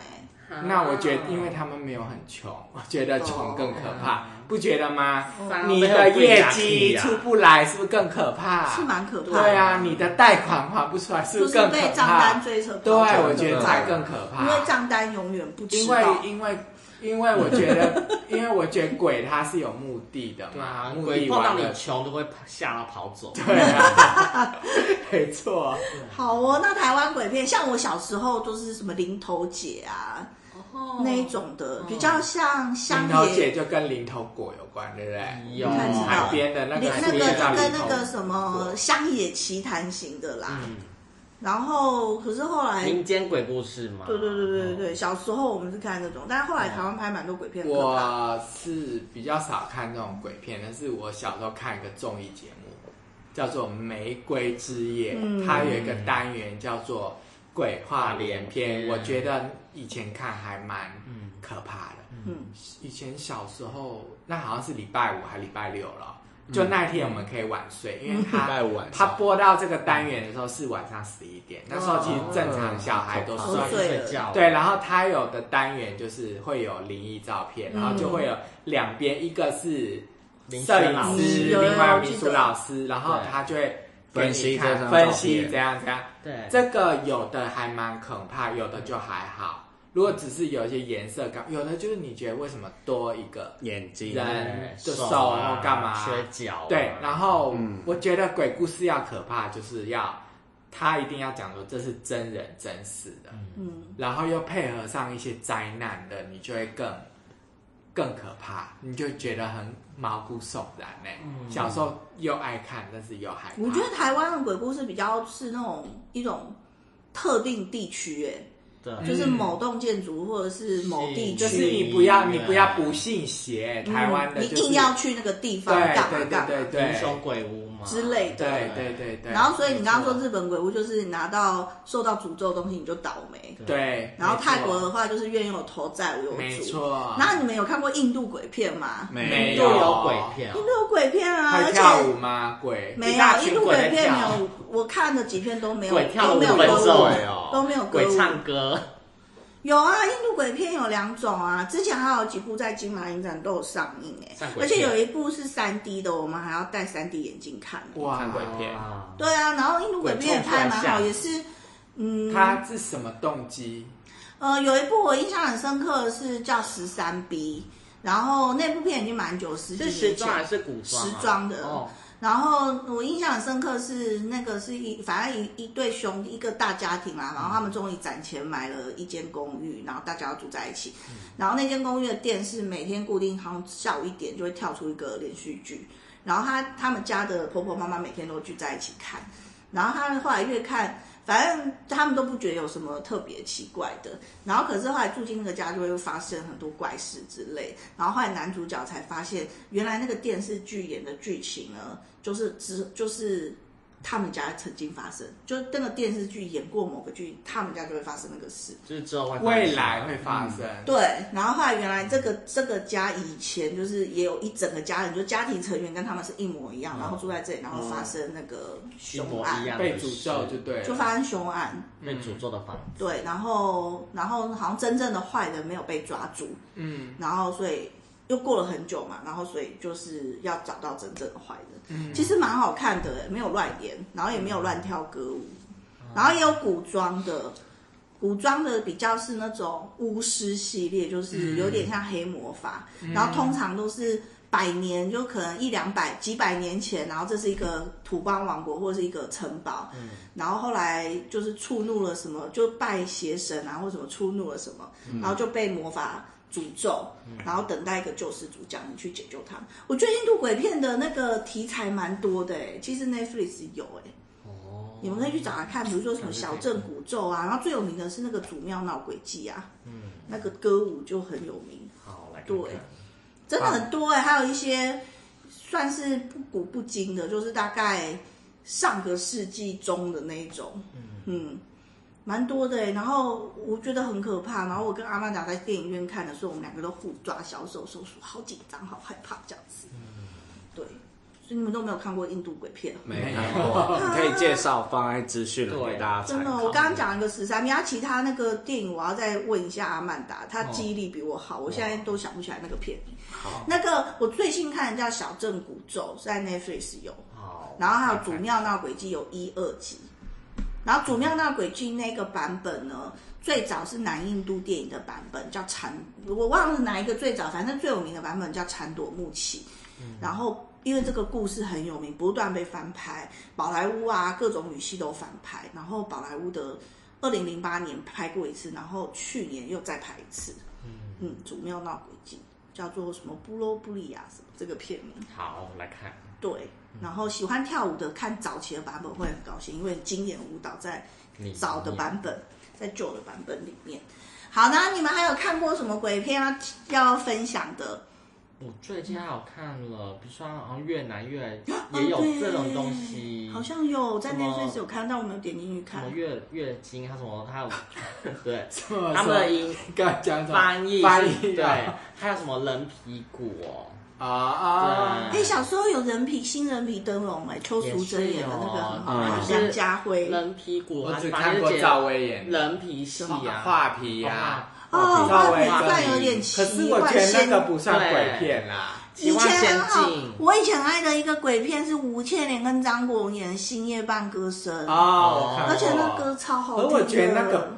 [SPEAKER 1] 哎、
[SPEAKER 2] 那我觉
[SPEAKER 3] 啊
[SPEAKER 2] 得，因为他们没有很穷，我觉得穷更可怕，不觉得吗？
[SPEAKER 3] 反而
[SPEAKER 2] 你
[SPEAKER 3] 没有
[SPEAKER 2] 的
[SPEAKER 3] 鬼
[SPEAKER 2] 业
[SPEAKER 3] 压力
[SPEAKER 2] 绩
[SPEAKER 3] 啊
[SPEAKER 2] 出不来，是不是更可怕？
[SPEAKER 1] 是蛮可怕的。
[SPEAKER 2] 对啊，你的贷款还不出来，是
[SPEAKER 1] 就
[SPEAKER 2] 不
[SPEAKER 1] 是
[SPEAKER 2] 更可
[SPEAKER 1] 被账
[SPEAKER 2] 怕
[SPEAKER 1] 单？追着跑。
[SPEAKER 2] 对，我觉
[SPEAKER 4] 真
[SPEAKER 2] 得
[SPEAKER 4] 的
[SPEAKER 2] 才更可
[SPEAKER 1] 因为
[SPEAKER 2] 怕。
[SPEAKER 1] 账单永远不知
[SPEAKER 2] 因为
[SPEAKER 1] 道。
[SPEAKER 2] 因为因为我觉得， 因为我觉得鬼它是有目的的
[SPEAKER 3] 对
[SPEAKER 2] 嘛
[SPEAKER 3] 啊，，
[SPEAKER 2] 目
[SPEAKER 3] 鬼
[SPEAKER 2] 的
[SPEAKER 3] 碰到
[SPEAKER 2] 完
[SPEAKER 3] 你
[SPEAKER 2] 了，
[SPEAKER 3] 穷都会吓到跑走。
[SPEAKER 2] 对啊， 没错。
[SPEAKER 1] 好哦，那台湾鬼片，像我小时候就是什么零头姐啊、
[SPEAKER 3] 哦
[SPEAKER 1] 那一种的，比较像乡
[SPEAKER 2] 零头
[SPEAKER 1] 野
[SPEAKER 2] 姐就跟零头果有关，对不对？
[SPEAKER 3] 有
[SPEAKER 1] 看起来
[SPEAKER 2] 海边的那
[SPEAKER 1] 那个
[SPEAKER 2] 个树叶叫
[SPEAKER 1] 就跟
[SPEAKER 2] 零
[SPEAKER 1] 那
[SPEAKER 2] 头
[SPEAKER 1] 个什么
[SPEAKER 2] 果
[SPEAKER 1] 乡野奇谈型的啦。
[SPEAKER 3] 嗯
[SPEAKER 1] 然后可是后来，
[SPEAKER 3] 民间鬼故事嘛。
[SPEAKER 1] 对对对对对
[SPEAKER 2] 哦
[SPEAKER 1] 对，小时候我们是看这种，但是后来台湾拍蛮多鬼片，可怕。
[SPEAKER 2] 我是比较少看这种鬼片，但是我小时候看一个综艺节目，叫做《玫瑰之夜》，
[SPEAKER 1] 嗯
[SPEAKER 2] 它有一个单元叫做鬼话连篇，
[SPEAKER 3] 嗯
[SPEAKER 2] 我觉得以前看还蛮可怕的。
[SPEAKER 1] 嗯，
[SPEAKER 2] 以前小时候，那好像是礼拜五还礼拜六了，就那一天我们可以晚睡，因为
[SPEAKER 4] 嗯礼拜
[SPEAKER 2] 它
[SPEAKER 4] 五晚
[SPEAKER 2] 它
[SPEAKER 4] 上
[SPEAKER 2] 播到这个单元的时候是晚上十一点，那时候其实正常小孩都
[SPEAKER 1] 哦
[SPEAKER 2] 睡
[SPEAKER 1] 好
[SPEAKER 3] 睡
[SPEAKER 1] 可怕
[SPEAKER 3] 睡觉。
[SPEAKER 2] 对，然后它有的单元就是会有灵异照片，然后就会有两边，一个是
[SPEAKER 3] 林
[SPEAKER 2] 摄
[SPEAKER 3] 轩老
[SPEAKER 2] 影师，
[SPEAKER 1] 师有有
[SPEAKER 2] 另外
[SPEAKER 1] 有
[SPEAKER 2] 民
[SPEAKER 1] 记
[SPEAKER 2] 俗
[SPEAKER 1] 得
[SPEAKER 2] 老师，然后他就会给
[SPEAKER 4] 分
[SPEAKER 2] 你
[SPEAKER 4] 析这
[SPEAKER 2] 看
[SPEAKER 4] 张
[SPEAKER 2] 分
[SPEAKER 4] 照
[SPEAKER 2] 析
[SPEAKER 4] 片
[SPEAKER 2] 怎样怎样。
[SPEAKER 3] 对，
[SPEAKER 2] 这个有的还蛮可怕，有的就还好。如果只是有一些颜色感，有的就是你觉得为什么多一个
[SPEAKER 4] 眼睛
[SPEAKER 2] 人
[SPEAKER 3] 对
[SPEAKER 2] 就
[SPEAKER 3] 手
[SPEAKER 2] 手
[SPEAKER 3] 啊
[SPEAKER 2] 或干嘛
[SPEAKER 3] 缺角啊。
[SPEAKER 2] 对，然后
[SPEAKER 4] 嗯
[SPEAKER 2] 我觉得鬼故事要可怕，就是要他一定要讲说这是真人真事的，
[SPEAKER 1] 嗯，
[SPEAKER 2] 然后又配合上一些灾难的，你就会更更可怕，你就觉得很毛骨悚然呢、小时候又爱看，但是又害怕。
[SPEAKER 1] 我觉得台湾的鬼故事比较是那种一种特定地区，哎，
[SPEAKER 3] 对，
[SPEAKER 1] 就是某栋建筑或者是某地
[SPEAKER 3] 是
[SPEAKER 2] 嗯就是
[SPEAKER 1] 区，
[SPEAKER 2] 你不要你不要不信邪，台湾的、
[SPEAKER 1] 你
[SPEAKER 2] 就是
[SPEAKER 1] 硬嗯要去那个地方干
[SPEAKER 2] 对
[SPEAKER 1] 嘛
[SPEAKER 2] 对对
[SPEAKER 1] 干嘛
[SPEAKER 2] 对对
[SPEAKER 3] 英雄鬼屋嘛
[SPEAKER 1] 之类的
[SPEAKER 2] 对对对对，
[SPEAKER 1] 然后，所以你刚刚
[SPEAKER 3] 没
[SPEAKER 1] 说
[SPEAKER 3] 错
[SPEAKER 1] 日本鬼屋就是拿到受到诅咒的东西你就倒霉，
[SPEAKER 2] 对，
[SPEAKER 1] 然后
[SPEAKER 2] 没错
[SPEAKER 1] 泰国的话就是冤有头债无
[SPEAKER 2] 没
[SPEAKER 1] 有主。
[SPEAKER 2] 错，
[SPEAKER 1] 那你们有看过印度鬼片吗？
[SPEAKER 4] 没
[SPEAKER 3] 又
[SPEAKER 2] 没
[SPEAKER 3] 有
[SPEAKER 2] 有
[SPEAKER 3] 鬼片哦
[SPEAKER 1] 印度有鬼片啊，
[SPEAKER 2] 会
[SPEAKER 1] 而且
[SPEAKER 2] 跳舞吗？鬼
[SPEAKER 1] 没
[SPEAKER 3] 一
[SPEAKER 1] 有
[SPEAKER 3] 大
[SPEAKER 1] 印
[SPEAKER 3] 群
[SPEAKER 1] 度
[SPEAKER 3] 鬼
[SPEAKER 1] 鬼
[SPEAKER 3] 在
[SPEAKER 1] 片没
[SPEAKER 3] 跳
[SPEAKER 1] 有，我看的几片都没有，
[SPEAKER 3] 鬼跳
[SPEAKER 1] 都
[SPEAKER 3] 舞
[SPEAKER 1] 没有
[SPEAKER 3] 分
[SPEAKER 1] 歌
[SPEAKER 3] 手
[SPEAKER 1] 舞
[SPEAKER 3] 哎
[SPEAKER 4] 哦
[SPEAKER 1] 都没有歌
[SPEAKER 3] 鬼
[SPEAKER 1] 舞。
[SPEAKER 3] 唱歌，
[SPEAKER 1] 有啊，印度鬼片有两种啊，之前还有几部在金马影展都有上映哎、
[SPEAKER 3] 上鬼
[SPEAKER 1] 而且
[SPEAKER 3] 片
[SPEAKER 1] 有一部是三 D 的，我们还要戴三 D 眼镜看。
[SPEAKER 2] 哇
[SPEAKER 4] 看鬼片
[SPEAKER 3] 啊
[SPEAKER 1] 对啊，然后印度鬼片也拍蛮
[SPEAKER 3] 鬼冲
[SPEAKER 1] 好，
[SPEAKER 3] 出来吓
[SPEAKER 1] 也是，嗯，
[SPEAKER 2] 他是什么动机？
[SPEAKER 1] 呃，有一部我印象很深刻的是叫《十三 B》，然后那部片已经蛮久，十几
[SPEAKER 3] 是
[SPEAKER 1] 年
[SPEAKER 3] 时
[SPEAKER 1] 前
[SPEAKER 3] 装还是古装啊？
[SPEAKER 1] 时装的
[SPEAKER 3] 哦，
[SPEAKER 1] 然后我印象很深刻是那个是一反正一一对兄弟一个大家庭啦，然后他们终于攒钱买了一间公寓，然后大家要住在一起。然后那间公寓的电视每天固定好像下午一点就会跳出一个连续剧，然后他他们家的婆婆妈妈每天都聚在一起看，然后他后来越看。反正他们都不觉得有什么特别奇怪的，然后可是后来住进那个家就会发生很多怪事之类，然后后来男主角才发现，原来那个电视剧演的剧情呢，就是只就是他们家曾经发生，就是那个电视剧演过某个剧，他们家就会发生那个事。
[SPEAKER 3] 就是之后会发生
[SPEAKER 2] 未来会发生。
[SPEAKER 1] 对，然后后来原来这个这个家以前就是也有一整个家人，就家庭成员跟他们是一模一样，然后住在这里，然后发生那个
[SPEAKER 3] 嗯一
[SPEAKER 1] 凶
[SPEAKER 3] 模
[SPEAKER 1] 案
[SPEAKER 3] 一，样的
[SPEAKER 2] 被诅咒就
[SPEAKER 3] 事
[SPEAKER 2] 对了，
[SPEAKER 1] 就发生凶案。
[SPEAKER 3] 被诅
[SPEAKER 1] 嗯
[SPEAKER 3] 咒的房子，
[SPEAKER 1] 对，然后然后好像真正的坏人没有被抓住，
[SPEAKER 2] 嗯，
[SPEAKER 1] 然后所以又过了很久嘛，然后所以就是要找到真正的坏人，其实蛮好看的，没有乱演，然后也没有乱跳歌舞，然后也有古装的，古装的比较是那种巫师系列，就是有点像黑魔法，然后通常都是。百年，就可能一两百、几百年前，然后这是一个土邦王国或者是一个城堡，然后后来就是触怒了什么，就拜邪神啊或什么触怒了什么，然后就被魔法诅咒，然后等待一个救世主降临去解救他们。我觉得印度鬼片的那个题材蛮多的、欸，其实 Netflix 有哎、
[SPEAKER 3] 哦，
[SPEAKER 1] 你们可以去找来看，比如说什么小镇古咒啊，然后最有名的是那个祖庙闹鬼记啊，嗯，那个歌舞就很有名，
[SPEAKER 3] 好来看
[SPEAKER 1] 对
[SPEAKER 3] 看。
[SPEAKER 1] 真的很多哎、还有一些算是不古不今的，就是大概上个世纪中的那一种，嗯，蛮多的哎、然后我觉得很可怕，然后我跟阿曼达在电影院看的时候，我们两个都互抓小手手说好紧张，好害怕这样子，对，所以你们都没有看过印度鬼片哦。
[SPEAKER 4] 没看过，你可以介绍放在资讯栏给大家
[SPEAKER 1] 真
[SPEAKER 4] 参
[SPEAKER 1] 的，
[SPEAKER 4] 考。
[SPEAKER 1] 我刚刚讲一个十三，米亚奇他那个电影，我要再问一下阿曼达，他
[SPEAKER 4] 哦
[SPEAKER 1] 记忆力比我好，我现在都想不起来那个片名。那个我最近看的叫《小镇古咒》，是在 Netflix 有，
[SPEAKER 3] 好，
[SPEAKER 1] 然后还有《主庙闹鬼记》有一二集，然后《主庙闹鬼记》那个版本呢，最早是南印度电影的版本，叫禅，我忘了哪一个最早，反正最有名的版本叫禅朵木奇，然后。因为这个故事很有名，不断被翻拍，宝莱坞啊各种语系都翻拍，然后宝莱坞的二零零八年拍过一次，然后去年又再拍一次，嗯，主庙闹鬼记叫做什么布洛布利亚什么这个片名，
[SPEAKER 3] 好来看，
[SPEAKER 1] 对，
[SPEAKER 2] 嗯
[SPEAKER 1] 然后喜欢跳舞的看早期的版本会很高兴，因为经典舞蹈在
[SPEAKER 3] 你
[SPEAKER 1] 早的版本，在旧的版本里面。好，那你们还有看过什么鬼片要要分享的？
[SPEAKER 3] 我最近还有看了，比如说好像越南越来
[SPEAKER 1] 哦
[SPEAKER 3] 也有
[SPEAKER 1] 对
[SPEAKER 3] 这种东西，
[SPEAKER 1] 好像有在
[SPEAKER 3] 什么
[SPEAKER 1] Netflix 有看到，我没有点进去
[SPEAKER 3] 什
[SPEAKER 1] 看
[SPEAKER 3] 么。月月经，他什么他有对他
[SPEAKER 2] 他
[SPEAKER 3] 们的音
[SPEAKER 2] 刚讲什么
[SPEAKER 3] 翻译
[SPEAKER 2] 翻
[SPEAKER 3] 是
[SPEAKER 2] 译
[SPEAKER 3] 对
[SPEAKER 2] 啊，
[SPEAKER 3] 还有什么人皮骨哦，
[SPEAKER 2] 啊啊
[SPEAKER 3] 对
[SPEAKER 1] 哎，小时候有人皮新人皮灯笼，哎，邱淑贞演的那个
[SPEAKER 2] 啊
[SPEAKER 1] 很好看，
[SPEAKER 4] 也
[SPEAKER 3] 哦是有
[SPEAKER 1] 梁家辉。
[SPEAKER 3] 人皮骨，
[SPEAKER 2] 我
[SPEAKER 3] 它
[SPEAKER 2] 只
[SPEAKER 3] 反
[SPEAKER 2] 看
[SPEAKER 3] 正
[SPEAKER 2] 过
[SPEAKER 3] 就
[SPEAKER 2] 赵薇演的
[SPEAKER 3] 人皮戏啊，
[SPEAKER 2] 画皮呀，
[SPEAKER 1] 哦，画
[SPEAKER 2] 赵
[SPEAKER 1] 面
[SPEAKER 2] 薇
[SPEAKER 1] 算有点
[SPEAKER 2] 可是
[SPEAKER 1] 奇
[SPEAKER 2] 我
[SPEAKER 1] 怪，
[SPEAKER 2] 觉得那
[SPEAKER 1] 仙
[SPEAKER 2] 个不算鬼片啊啦，
[SPEAKER 1] 以
[SPEAKER 3] 奇幻
[SPEAKER 1] 前很
[SPEAKER 3] 仙
[SPEAKER 1] 好
[SPEAKER 3] 境，
[SPEAKER 1] 我以前爱的一个鬼片是吴倩莲跟张国荣演的《星夜半歌声》，
[SPEAKER 2] 哦，我看过
[SPEAKER 1] 而且那歌超好
[SPEAKER 2] 可
[SPEAKER 1] 听的。
[SPEAKER 2] 是我觉得那个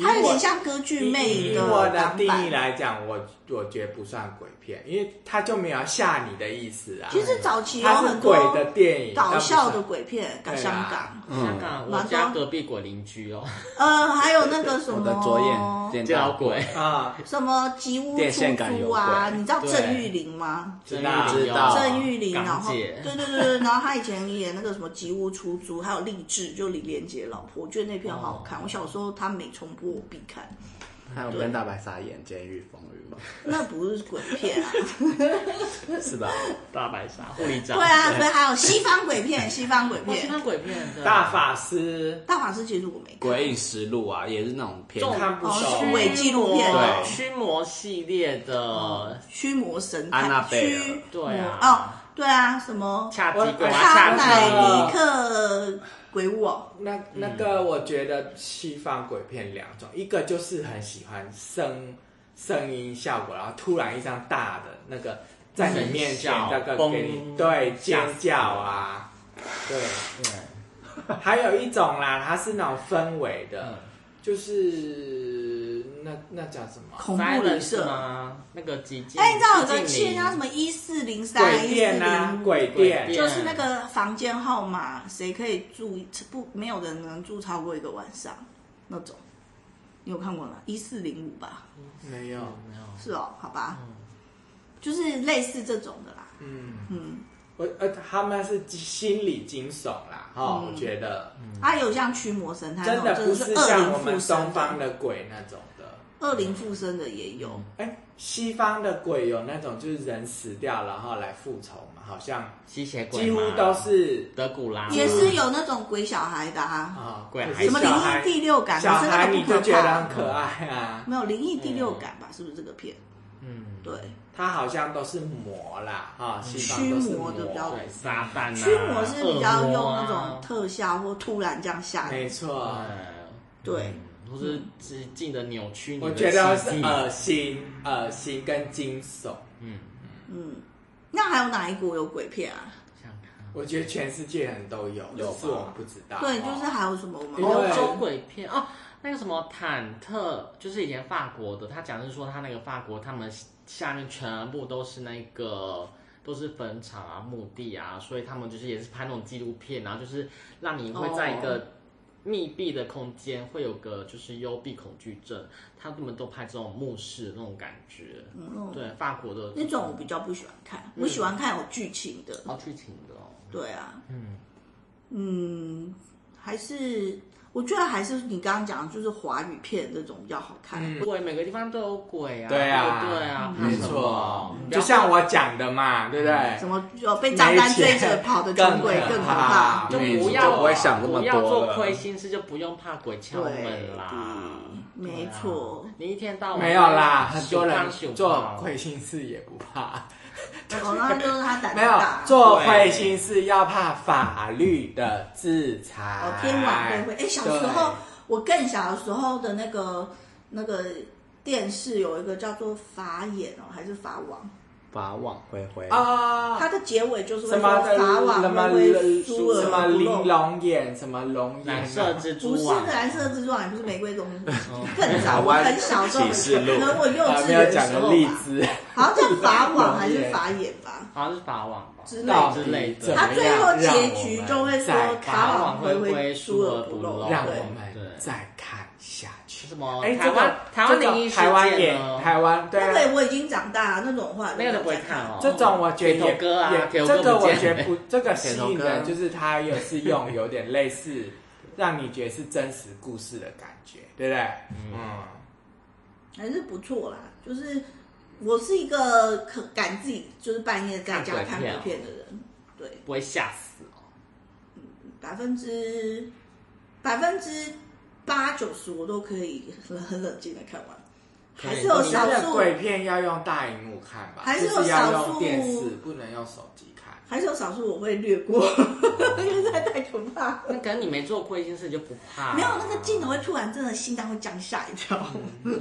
[SPEAKER 1] 它有
[SPEAKER 2] 以我
[SPEAKER 1] 点像歌剧魅影
[SPEAKER 2] 以我的
[SPEAKER 1] 港
[SPEAKER 2] 定义
[SPEAKER 1] 版。
[SPEAKER 2] 来讲，我我觉得不算鬼片，因为他就没有要吓你的意思啊。
[SPEAKER 1] 其实早期有
[SPEAKER 2] 它是
[SPEAKER 1] 很
[SPEAKER 2] 鬼
[SPEAKER 1] 多
[SPEAKER 2] 的电影，
[SPEAKER 1] 搞笑的
[SPEAKER 2] 它
[SPEAKER 1] 鬼片，
[SPEAKER 2] 对啊
[SPEAKER 1] 香港，
[SPEAKER 3] 香港我
[SPEAKER 1] 蛮
[SPEAKER 3] 家
[SPEAKER 1] 多
[SPEAKER 3] 隔壁鬼邻居哦，
[SPEAKER 1] 呃，还有那个什
[SPEAKER 4] 我的左
[SPEAKER 1] 么
[SPEAKER 4] 眼见
[SPEAKER 3] 见到
[SPEAKER 4] 到鬼，
[SPEAKER 3] 鬼
[SPEAKER 2] 不，是啊，
[SPEAKER 1] 什么吉屋
[SPEAKER 4] 电
[SPEAKER 1] 出
[SPEAKER 4] 线杆
[SPEAKER 1] 租
[SPEAKER 4] 有
[SPEAKER 1] 啊，
[SPEAKER 4] 鬼
[SPEAKER 1] 你知道
[SPEAKER 3] 对
[SPEAKER 1] 郑玉玲吗？
[SPEAKER 4] 知道
[SPEAKER 3] 郑玉玲哦
[SPEAKER 4] 知道
[SPEAKER 1] 郑玉玲，然
[SPEAKER 3] 港
[SPEAKER 1] 后
[SPEAKER 3] 姐
[SPEAKER 1] 对对对对，然后她以前演那个什么《吉屋出租》，还有《励志》，就李连杰老婆，我觉得那片很好看。我小时候她每重播我必看，
[SPEAKER 4] 还有跟大白鲨演《监狱风 云》嘛，
[SPEAKER 1] 那不是鬼片啊。
[SPEAKER 4] 是吧？
[SPEAKER 3] 大白鲨护理长，
[SPEAKER 1] 对啊，所以还有西方鬼片，西方鬼
[SPEAKER 3] 我喜
[SPEAKER 1] 片，
[SPEAKER 3] 欢鬼片的
[SPEAKER 2] 大法师
[SPEAKER 1] 大法师其实我没
[SPEAKER 4] 《
[SPEAKER 1] 看。
[SPEAKER 4] 鬼影实录》啊，也是那种片，
[SPEAKER 3] 重
[SPEAKER 2] 看不
[SPEAKER 1] 哦
[SPEAKER 2] 熟
[SPEAKER 1] 是伪纪录片，
[SPEAKER 4] 对
[SPEAKER 3] 驱魔系列的
[SPEAKER 1] 驱魔神探，
[SPEAKER 4] 安娜贝尔
[SPEAKER 1] 驱
[SPEAKER 3] 对啊
[SPEAKER 1] 魔哦，对啊，什么
[SPEAKER 3] 恰吉鬼
[SPEAKER 2] 我
[SPEAKER 1] 卡
[SPEAKER 3] 啊，
[SPEAKER 1] 乃
[SPEAKER 3] 恰吉
[SPEAKER 1] 尼克鬼屋哦，
[SPEAKER 2] 那那个，我觉得西方鬼片两种，一个就是很喜欢声声音效果，然后突然一张大的那个在你面前
[SPEAKER 3] 声效
[SPEAKER 2] 那个
[SPEAKER 3] 嘣
[SPEAKER 2] 给你对尖
[SPEAKER 3] 吓死
[SPEAKER 2] 叫啊，对，还有一种啦，它是那种氛围的，就是那那叫什么？
[SPEAKER 1] 恐怖旅
[SPEAKER 3] 是
[SPEAKER 1] 社。
[SPEAKER 3] 吗？那个极境，
[SPEAKER 1] 哎，你知道有个
[SPEAKER 3] 寂静
[SPEAKER 1] 剧
[SPEAKER 3] 岭
[SPEAKER 1] 叫什么一四零三、
[SPEAKER 2] 鬼
[SPEAKER 1] 一四
[SPEAKER 2] 店啊
[SPEAKER 1] 零，五，
[SPEAKER 2] 鬼
[SPEAKER 3] 鬼
[SPEAKER 2] 店
[SPEAKER 3] 店
[SPEAKER 1] 就是那个房间号码，谁可以住不？没有人能住超过一个晚上那种。你有看过吗？一四零五吧。
[SPEAKER 2] 没有，
[SPEAKER 3] 没有？
[SPEAKER 1] 是哦，好吧，就是类似这种的啦。
[SPEAKER 2] 嗯，
[SPEAKER 1] 嗯，
[SPEAKER 2] 我呃，他们是心理惊悚啦，哈，
[SPEAKER 1] 嗯
[SPEAKER 2] 我觉得
[SPEAKER 1] 它有像驱魔神探那种，
[SPEAKER 2] 真的不
[SPEAKER 1] 就是恶
[SPEAKER 2] 像
[SPEAKER 1] 灵
[SPEAKER 2] 我们
[SPEAKER 1] 附身
[SPEAKER 2] 东方
[SPEAKER 1] 的，
[SPEAKER 2] 的鬼那种的。
[SPEAKER 1] 恶灵附身的也有。
[SPEAKER 2] 哎，西方的鬼有那种就是人死掉然后来复仇嘛，好像
[SPEAKER 3] 吸血鬼
[SPEAKER 2] 几乎
[SPEAKER 3] 吗
[SPEAKER 2] 都是
[SPEAKER 3] 德古拉，
[SPEAKER 1] 也是有那种鬼小孩的啊，
[SPEAKER 2] 啊，
[SPEAKER 3] 鬼
[SPEAKER 2] 可是
[SPEAKER 3] 还
[SPEAKER 1] 什么灵
[SPEAKER 2] 小孩
[SPEAKER 1] 异第六感，
[SPEAKER 2] 小
[SPEAKER 1] 可是那
[SPEAKER 2] 孩
[SPEAKER 1] 个
[SPEAKER 2] 你
[SPEAKER 1] 不可
[SPEAKER 2] 就觉得
[SPEAKER 1] 怕，
[SPEAKER 2] 很可爱啊，
[SPEAKER 1] 没有灵异第六感吧？是不是这个片？
[SPEAKER 3] 嗯，
[SPEAKER 1] 对，
[SPEAKER 2] 他好像都是魔啦，哈，西方
[SPEAKER 1] 驱
[SPEAKER 2] 都是
[SPEAKER 1] 魔的比较
[SPEAKER 3] 对，撒旦啊，
[SPEAKER 1] 驱魔是比较用那
[SPEAKER 3] 恶魔
[SPEAKER 1] 种
[SPEAKER 3] 啊
[SPEAKER 1] 特效或突然这样吓
[SPEAKER 2] 没
[SPEAKER 1] 你。
[SPEAKER 2] 错，
[SPEAKER 1] 对，
[SPEAKER 3] 嗯或是极尽的扭曲你的
[SPEAKER 2] 我觉得是
[SPEAKER 3] 心境
[SPEAKER 2] 恶心、恶心跟惊悚。
[SPEAKER 3] 嗯，
[SPEAKER 1] 嗯，那还有哪一国有鬼片啊？
[SPEAKER 3] 想看
[SPEAKER 2] 我觉得全世界人都有，
[SPEAKER 4] 有
[SPEAKER 2] 只是我们不知道。哦
[SPEAKER 1] 对，就是还有什么我
[SPEAKER 2] 因为
[SPEAKER 1] 们
[SPEAKER 3] 欧洲鬼片哦，那个什么忐忑，就是以前法国的，他讲的是说他那个法国，他们下面全部都是那个都是坟场啊、墓地啊，所以他们就是也是拍那种纪录片，然后就是让你会在一
[SPEAKER 1] 哦
[SPEAKER 3] 个密闭的空间，会有个就是幽闭恐惧症，他们都拍这种墓室的那种感觉。嗯，对，法国的
[SPEAKER 1] 那种我比较不喜欢看，
[SPEAKER 2] 嗯
[SPEAKER 1] 我喜欢看有剧情的。
[SPEAKER 3] 好剧情的哦。
[SPEAKER 1] 对啊，嗯嗯，还是我觉得还是你刚刚讲的就是华语片这种比较好看。
[SPEAKER 2] 嗯
[SPEAKER 3] 鬼每个地方都有鬼啊，
[SPEAKER 2] 对啊，
[SPEAKER 3] 对啊，
[SPEAKER 1] 嗯
[SPEAKER 3] 怕
[SPEAKER 2] 没
[SPEAKER 3] 什
[SPEAKER 2] 错
[SPEAKER 3] 么，
[SPEAKER 2] 就像我讲的嘛，对不对
[SPEAKER 1] 什？么有被账单追着跑的穷鬼
[SPEAKER 2] 没钱
[SPEAKER 1] 更可
[SPEAKER 2] 更可
[SPEAKER 1] 怕
[SPEAKER 2] 怕。
[SPEAKER 3] 就
[SPEAKER 4] 妹
[SPEAKER 3] 不
[SPEAKER 4] 子
[SPEAKER 3] 要
[SPEAKER 4] 就不会想那么
[SPEAKER 3] 不要
[SPEAKER 4] 多
[SPEAKER 3] 做
[SPEAKER 4] 了
[SPEAKER 3] 亏心事，就不用怕鬼敲门啦。
[SPEAKER 1] 对没错
[SPEAKER 3] 对啊，你一天到 晚
[SPEAKER 2] 没有啦，
[SPEAKER 3] 哦
[SPEAKER 2] 很多人
[SPEAKER 3] 熊胖熊
[SPEAKER 2] 做
[SPEAKER 3] 胖
[SPEAKER 2] 亏心事也不怕，
[SPEAKER 1] 哦，那就是他胆子
[SPEAKER 2] 没有
[SPEAKER 1] 大。
[SPEAKER 2] 做亏心事要怕法律的制裁。
[SPEAKER 1] 哦，天晚会会。哎，小时候我更小的时候的那个那个电视有一个叫做法眼哦，还是法网，
[SPEAKER 4] 法网恢
[SPEAKER 2] 对
[SPEAKER 4] 恢
[SPEAKER 2] 啊，
[SPEAKER 1] 它的结尾就是会
[SPEAKER 2] 什
[SPEAKER 1] 说
[SPEAKER 2] 么的
[SPEAKER 1] 法
[SPEAKER 2] 什么
[SPEAKER 1] 网恢恢，疏
[SPEAKER 2] 什么
[SPEAKER 1] 而不
[SPEAKER 2] 玲
[SPEAKER 1] 漏。
[SPEAKER 2] 珑眼，什么龙眼啊，哦
[SPEAKER 3] 蓝色蜘
[SPEAKER 1] 不
[SPEAKER 3] 蛛
[SPEAKER 1] 是
[SPEAKER 3] 网，
[SPEAKER 1] 蓝色蜘蛛网，也不是玫瑰棕榈， 更早，我很小时候，
[SPEAKER 4] 台湾启示录
[SPEAKER 1] 可能我幼
[SPEAKER 2] 啊
[SPEAKER 1] 稚
[SPEAKER 2] 没有
[SPEAKER 1] 园的
[SPEAKER 2] 讲
[SPEAKER 1] 时
[SPEAKER 2] 个
[SPEAKER 1] 候
[SPEAKER 2] 例
[SPEAKER 1] 吧，
[SPEAKER 2] 子，
[SPEAKER 1] 好像叫法 网还是法眼吧。
[SPEAKER 3] 好像是法网吧
[SPEAKER 1] 之类
[SPEAKER 2] 到
[SPEAKER 3] 之
[SPEAKER 2] 底
[SPEAKER 3] 类的
[SPEAKER 2] 怎
[SPEAKER 1] 他
[SPEAKER 2] 么
[SPEAKER 1] 最
[SPEAKER 2] 样
[SPEAKER 1] 后
[SPEAKER 2] 让
[SPEAKER 1] 结
[SPEAKER 2] 我
[SPEAKER 1] 局
[SPEAKER 2] 们
[SPEAKER 1] 就会说
[SPEAKER 2] 再
[SPEAKER 1] 法
[SPEAKER 3] 法
[SPEAKER 1] 网
[SPEAKER 3] 网
[SPEAKER 1] 恢
[SPEAKER 3] 恢
[SPEAKER 1] 恢，
[SPEAKER 3] 恢
[SPEAKER 1] 疏
[SPEAKER 3] 疏
[SPEAKER 1] 而
[SPEAKER 3] 而
[SPEAKER 1] 不
[SPEAKER 3] 不
[SPEAKER 1] 漏。
[SPEAKER 3] 漏
[SPEAKER 2] 让
[SPEAKER 1] 哦对
[SPEAKER 2] 我们
[SPEAKER 3] 对
[SPEAKER 2] 再看下去。
[SPEAKER 3] 什么
[SPEAKER 2] 哎，
[SPEAKER 3] 哦台
[SPEAKER 2] 这
[SPEAKER 3] 湾
[SPEAKER 2] 个
[SPEAKER 3] 台湾
[SPEAKER 2] 这种
[SPEAKER 3] 灵异事
[SPEAKER 2] 台湾
[SPEAKER 3] 件哦
[SPEAKER 2] 演
[SPEAKER 3] 呢
[SPEAKER 2] 台湾对
[SPEAKER 1] 那
[SPEAKER 2] 啊
[SPEAKER 1] 个我已经长大了，那种话
[SPEAKER 3] 那个都不会看哦。
[SPEAKER 2] 这种我觉得
[SPEAKER 3] 铁
[SPEAKER 2] 也
[SPEAKER 3] 头哥啊
[SPEAKER 2] 也
[SPEAKER 3] 铁头哥
[SPEAKER 2] 这个
[SPEAKER 3] 不
[SPEAKER 2] 我
[SPEAKER 3] 见
[SPEAKER 2] 觉得
[SPEAKER 3] 了
[SPEAKER 2] 不，这个吸引
[SPEAKER 4] 铁头
[SPEAKER 2] 人
[SPEAKER 4] 哥
[SPEAKER 2] 就是它也是用有点类似， 让你觉得是真实故事的感觉，对不对？嗯，
[SPEAKER 1] 还是不错啦。就是我是一个可敢自己就是半夜在家看
[SPEAKER 3] 看
[SPEAKER 1] 鬼
[SPEAKER 3] 鬼
[SPEAKER 1] 片的人，对，
[SPEAKER 3] 不会吓死哦。
[SPEAKER 1] 百分之百分之八九十我都可以很很冷静的看完，
[SPEAKER 3] 可以
[SPEAKER 1] 还是有
[SPEAKER 2] 你
[SPEAKER 1] 少
[SPEAKER 2] 那个
[SPEAKER 1] 数，
[SPEAKER 2] 鬼片要用大荧幕看吧，
[SPEAKER 1] 还是
[SPEAKER 2] 就
[SPEAKER 1] 有
[SPEAKER 2] 是要
[SPEAKER 1] 少数
[SPEAKER 2] 用电视，不能用手机看。
[SPEAKER 1] 还是有少数我会略过， 因为实在太可怕 了。
[SPEAKER 3] 那可能你没做亏心事，你就不怕。
[SPEAKER 1] 没有那个镜头会突然真的心脏会这样吓一跳。
[SPEAKER 3] 对，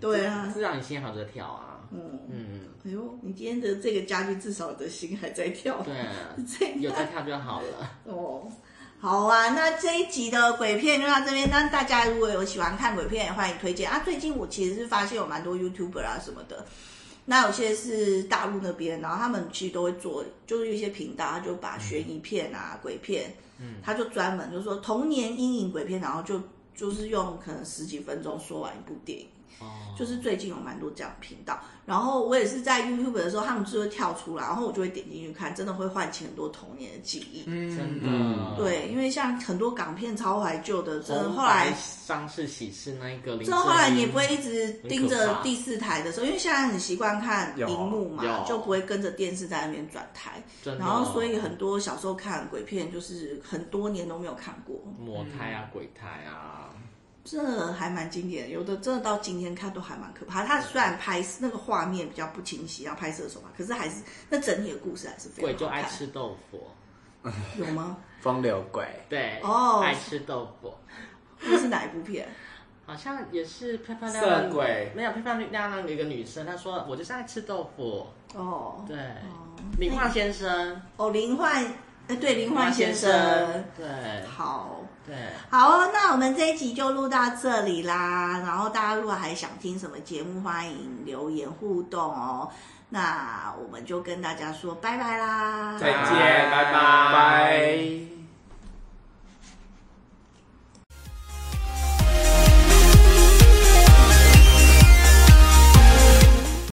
[SPEAKER 1] 对啊，
[SPEAKER 3] 是让你心好着跳啊。
[SPEAKER 1] 嗯，
[SPEAKER 3] 嗯，
[SPEAKER 1] 哎呦，你今天的这个家具至少我的心还在跳。
[SPEAKER 3] 对，啊
[SPEAKER 1] 这样
[SPEAKER 3] 有在跳就好了。
[SPEAKER 1] 哦，好啊，那这一集的鬼片就到这边。那大家如果有喜欢看鬼片，也欢迎推荐啊。最近我其实是发现有蛮多 YouTuber 啊什么的，那有些是大陆那边，然后他们其实都会做，就是一些频道，他就把悬疑片啊、鬼片，嗯，他就专门就说童年阴影鬼片，然后就就是用可能十几分钟说完一部电影。
[SPEAKER 3] 哦，
[SPEAKER 1] 就是最近有蛮多这样的频道，然后我也是在 YouTube 的时候，他们就会跳出来，然后我就会点进去看，真的会唤起很多童年的记忆。
[SPEAKER 3] 真
[SPEAKER 2] 嗯，
[SPEAKER 3] 的。
[SPEAKER 1] 对，因为像很多港片超怀旧的，真的
[SPEAKER 3] 红
[SPEAKER 1] 嗯后来
[SPEAKER 3] 白，丧事喜事那一个林
[SPEAKER 1] 之
[SPEAKER 3] 志
[SPEAKER 1] 后后来你也
[SPEAKER 3] 玲
[SPEAKER 1] 不会一直盯着第四台的时候，因为现在很习惯看
[SPEAKER 4] 有
[SPEAKER 1] 荧幕嘛
[SPEAKER 3] 有，
[SPEAKER 1] 就不会跟着电视在那边转台。
[SPEAKER 3] 真的
[SPEAKER 1] 然后所以很多小时候看鬼片，就是很多年都没有看过，
[SPEAKER 3] 魔胎啊、鬼胎啊，
[SPEAKER 1] 这还蛮经典的。有的真的到今天看都还蛮可怕。它虽然拍那个画面比较不清晰，然后拍摄手法，可是还是那整体的故事还是非常
[SPEAKER 3] 鬼
[SPEAKER 1] 好
[SPEAKER 3] 就爱
[SPEAKER 1] 看
[SPEAKER 3] 吃豆腐，
[SPEAKER 1] 有吗？
[SPEAKER 4] 风流鬼，
[SPEAKER 3] 对，
[SPEAKER 1] 哦
[SPEAKER 3] 爱吃豆腐，
[SPEAKER 1] 那是哪一部片？
[SPEAKER 3] 好像也是漂漂亮亮
[SPEAKER 2] 色鬼
[SPEAKER 3] 没有漂漂亮亮的一个女生，她说我就是爱吃豆腐，
[SPEAKER 1] 哦，
[SPEAKER 3] 对，
[SPEAKER 1] 哦
[SPEAKER 3] 林焕先生，
[SPEAKER 1] 哦，林焕，哎，对，林焕先生。
[SPEAKER 3] 对
[SPEAKER 1] 好，
[SPEAKER 3] 对，
[SPEAKER 1] 好哦，那我们这一集就录到这里啦。然后大家如果还想听什么节目，欢迎留言互动哦。那我们就跟大家说拜拜啦，
[SPEAKER 2] 再见，
[SPEAKER 4] 拜
[SPEAKER 2] 拜拜。